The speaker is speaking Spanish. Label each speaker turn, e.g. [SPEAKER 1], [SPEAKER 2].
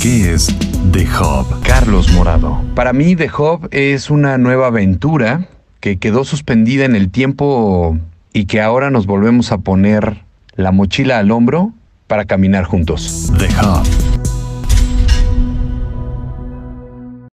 [SPEAKER 1] ¿Qué es The Hub?
[SPEAKER 2] Carlos Morado. Para mí, The Hub es una nueva aventura que quedó suspendida en el tiempo y que ahora nos volvemos a poner la mochila al hombro para caminar juntos.
[SPEAKER 1] The Hub.